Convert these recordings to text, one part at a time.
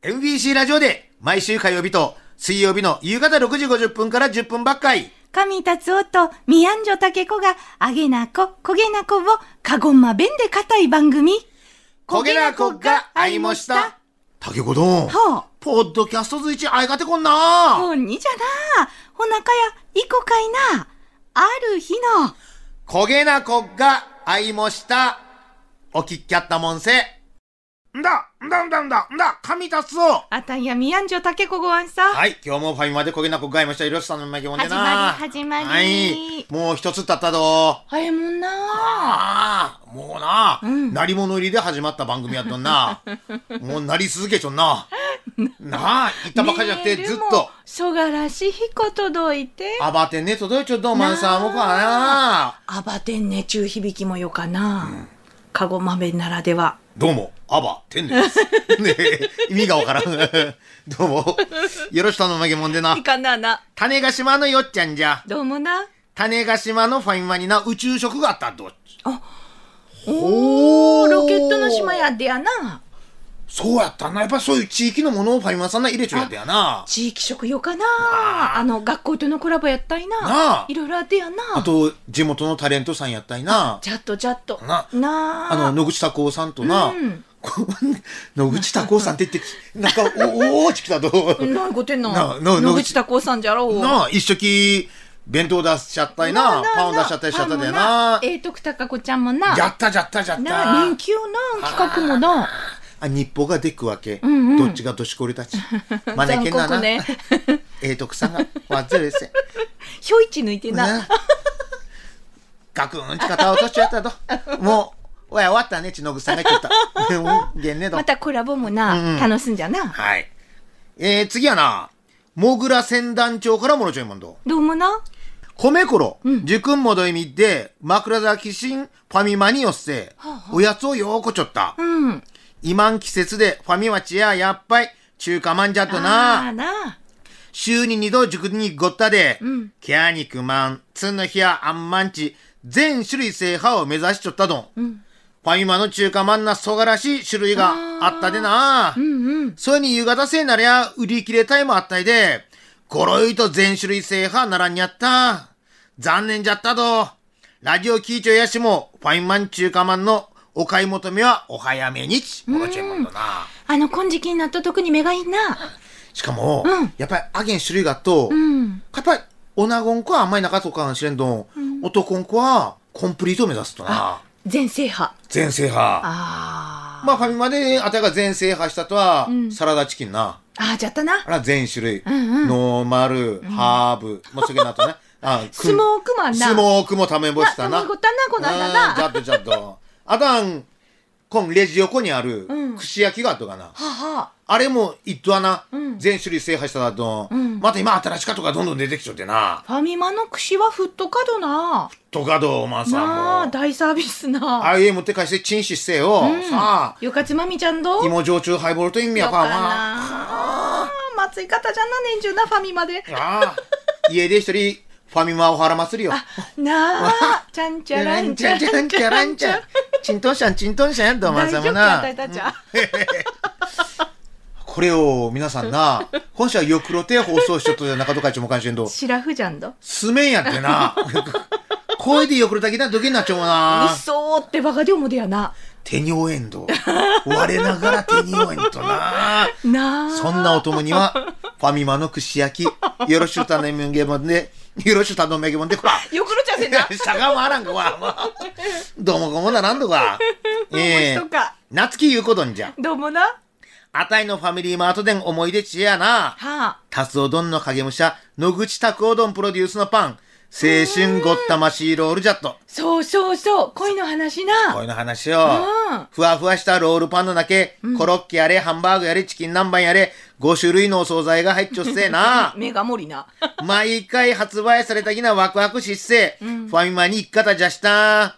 MBC ラジオで毎週火曜日と水曜日の夕方6時50分から10分ばっかり。神達夫とミヤンジョタケコが、あげなこ、こげなこを、かごんま弁で固い番組。焦げなこが会いました。竹子どん。ほポッドキャストずいち会いがてこんなう、ほんにじゃな。ほなかや、いこかいな。ある日の、焦げなこが会いました。お聞きやったもんせ。んだ、んだんだんだ、んだ、神達夫。あたんやミヤンジョタケコごわんさ。はい、今日もファミマで焦げなこが会いました。いろしさんの名前呼んでな。始まり始まりはい。もう一つ経ったど。あえもんな。ああ、もうな、んなり物入りで始まった番組やっとん な。もうなり続けちょんな。なあ、言ったばっかじゃなくて、メーずルっもと。。そがらしひこ届いて。あばてんね、届いちょっと、マンさんもかな。アバテンネ中響きもよかな。かごまべならでは。どうも、あばてんねです。ねえ、意味がわからん。 どうも、よろしくのまげもんでな。かなな。種ヶ島のよっちゃんじゃ。どうもな。種ヶ島のファインマにな、宇宙食があったどっち。あおーロケットの島やでやな。そうやったな。やっぱそういう地域のものをファインマさんな入れちょやったやな。地域食よかなあ。ーあの、学校とのコラボやったいな。なあいろいろあってやな。あと、地元のタレントさんやったいな。チャットチャット。ななあ。あの、野口孝夫さんとな、うんこ 野口孝夫さんって言って、なんか、お、おーちきたと。なにごてんの。なな野野口口たこさんじゃろう。なあ、一食、弁当出しちゃったいな、パン出しちゃったりしちゃったでな。ええとくたかこちゃんもな。やった、やった、やっなあ、人た。気よな、企画もな。あ、日報がでくわけ。んうんどっちがどしこりた ち。招けんだな。残酷ね ええとくさんが、わずれせ。ひょいち抜いて な。なガクンち肩落としちゃったと。もう、おや、終わったね、ちのぐさんが言っ ちゃった。うんげんねど。またコラボもな、うんうん楽しんじゃな。はい。えー、次はな、もぐら船団長からもろちょいもんど。どうもな。米頃、うんじゅくんもどいみで、枕崎新ファミマによっせ、はあはあおやつをようこちょった。うん。今ん季節でファミマちややっぱい、中華まんじゃっとあーな。な。週に二度塾にごったで、うんケア肉まん、つんのひやあんまんち、全種類制覇を目指しちょったどん。うん。ファミマの中華まんなそがらしい種類があったでな。うんうん。それに夕方せいなりゃ売り切れタイムあったいで、ごろいと全種類制覇ならんやった。残念じゃったど。ラジオ聞いちょやしも、ファインマン中華マンのお買い求めはお早めにち。もろちょいもんだな。あの、金色になっと特に目がいいな。しかも、うんやっぱりアゲン種類があっと、うん。やっぱり、オナゴン子はあんまりなかったかもしれんど、ん男ん子はコンプリートを目指すとな。全制覇。全制覇。ああ。まあファミマであたりが全制覇したとは、うんサラダチキンな。ああ、じゃったなあ。ら全種類。うんうんノーマル、ハーブ、まあ、そげなと ね。あ、くんスモークマンな。スモークもためぼしたな。な卵たなこの間なうんじゃっとじゃっと。あとはん、こんレジ横にあるうん、串焼きがあっとかな。はは。あれも一頭はなうん、全種類制覇しただとうん、また今新しかとかどんどん出てきちゃってな。ファミマの串はフットカドな。とかどう、おまんなさあ、んも。大サービスあな。あいう絵持って返してチンしせよ。うんさあ、よかつまみちゃんどう芋焼酎ハイボールと意味やよかまかあ。な。松井方じゃな、年中な、ファミマで。ああ家で一人、ファミマおはら祭りよ。なあ、ちゃんちゃらんちゃらんちゃらんちゃらんちゃ。ちんとんしゃん、ちんとんしゃんやんと、お前大丈様夫か、あなた。いたちゃ。これを、皆さんな、本社はよくろて放送しちょっとで中戸会長も関心ど、シラフじゃんど。すめんやってな。声でよくろたきな時になっちゃうもんなう。そーってバカで思でやな。手に負えんど。我ながら手に負えんとな。なあ。そんなお供には、ファミマの串焼き、よろしゅう頼みげもんで、よろしゅう頼みげもんで、ほら。よくろちゃんせんな。下が回らんかわ。まあどうもこうもならんどか。ええそうか。夏木ゆうこどんじゃ。どうもな。はあたいのファミリーマートでん思い出知恵やな。あ。タスオ丼の影武者、野口拓お丼プロデュースのパン、青春ごったましいロールジャット。そうそうそう。恋の話な。こういうの話うん。よ。ふわふわしたロールパンのだけ、コロッケやれ、ハンバーグやれ、チキン南蛮やれ、5種類のお惣菜が入っちょっせえな目が盛りな。毎回発売されたきなワクワクしっせ、ファミマに行き方じゃした。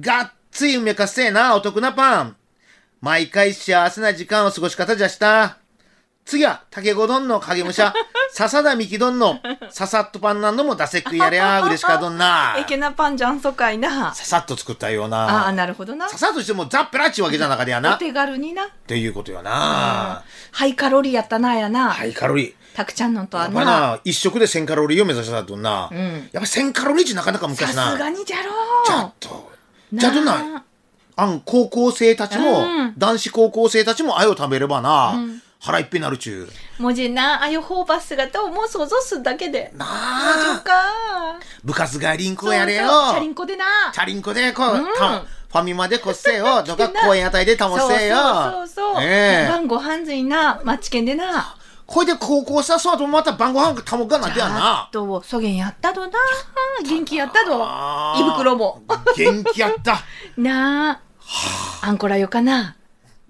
がっつりめかっせえな、お得なパン。 毎回幸せな時間を過ごし方じゃした。次は、竹子丼の影武者、笹田みきどんの、ささっとパンなんのも出せっくやりゃ嬉しかどんな。えけなパンじゃんそかいな。ささっと作ったようあな。あ、なるほどなさ。さっとしてもザッペラっちゅうわけじゃなかでやな。おっ手軽にな。ていうことやな。ハイカロリーやったなやな。ハイカロリー。たくちゃんのとやはっぱりな。な、一食で1000カロリーを目指したとんな。うんやっぱ1000カロリーじゃなかなかさ昔すな。がにじゃろちょうっ。と。じゃどんな。あん高校生たちも、うん男子高校生たちもあを食べればな、うん腹いっぺんなるちゅう。もじな、あよほうば姿をもう想像するだけで。なあそっあ、か。部活帰りんこやれよ。そうそうチャリンコでな。チャリンコでこう、うんたファミマでこっせ よ、どっかきてな公園あたりでたもせよ。そうそうそうそう。ええ晩ご飯ずいな、マチケンでな。これで高校さ、その後また晩ご飯たもがなきゃな。と、そげんやったどな。元気やったど。あー胃袋も。元気やった。なあ。あんこらよかな。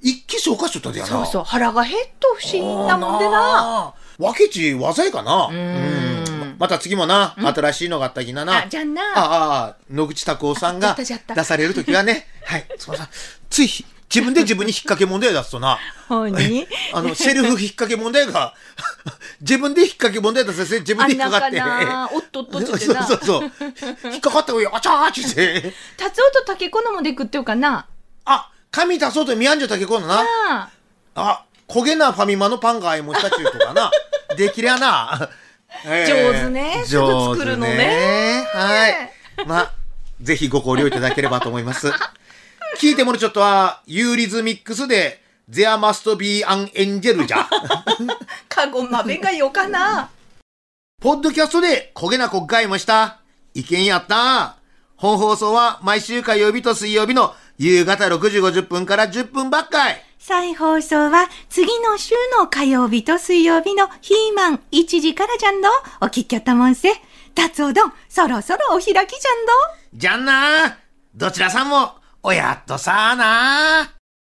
一気消化しとったでやな。そうそう。腹が減っと不思議なもんでな。あー。わけち技いかな。んうんまた次もな、新しいのがあったきなな。あ、じゃんな。ああ、野口拓夫さんあがやった出じゃったされるときは ね、はい、そのさ、ついひ自分で自分に引っ掛け問題を出すとな、ほんに。あ の、セルフ引っ掛け問題が、 自分で引っ掛け問題出させて、自分あでん引っなかかっかて。な。おっとっとっそうつそってうな。そう そう。引っかかった方があちゃーっちって。達夫と竹子のもで食ってよかな。あ、神足そうとミアンジョ竹子のな。ああ、焦げなファミマのパンが合いもしたちゅうと かな。できりゃな。え上手ねすぐ上手作るのね。はい。まあ、ぜひご考慮いただければと思います。聞いてもらうちょっとは、ユーリズミックスで、There must be an angel じゃ。あ、かごまべがよかな。ポッドキャストで焦げな国会もした。意見やった。本放送は毎週火曜日と水曜日の夕方6時50分から10分ばっかい。再放送は次の週の火曜日と水曜日のヒーマン1時からじゃんど。お聞きやったもんせ。達夫どん、そろそろお開きじゃんど。じゃんなどちらさんも、おやっとさあな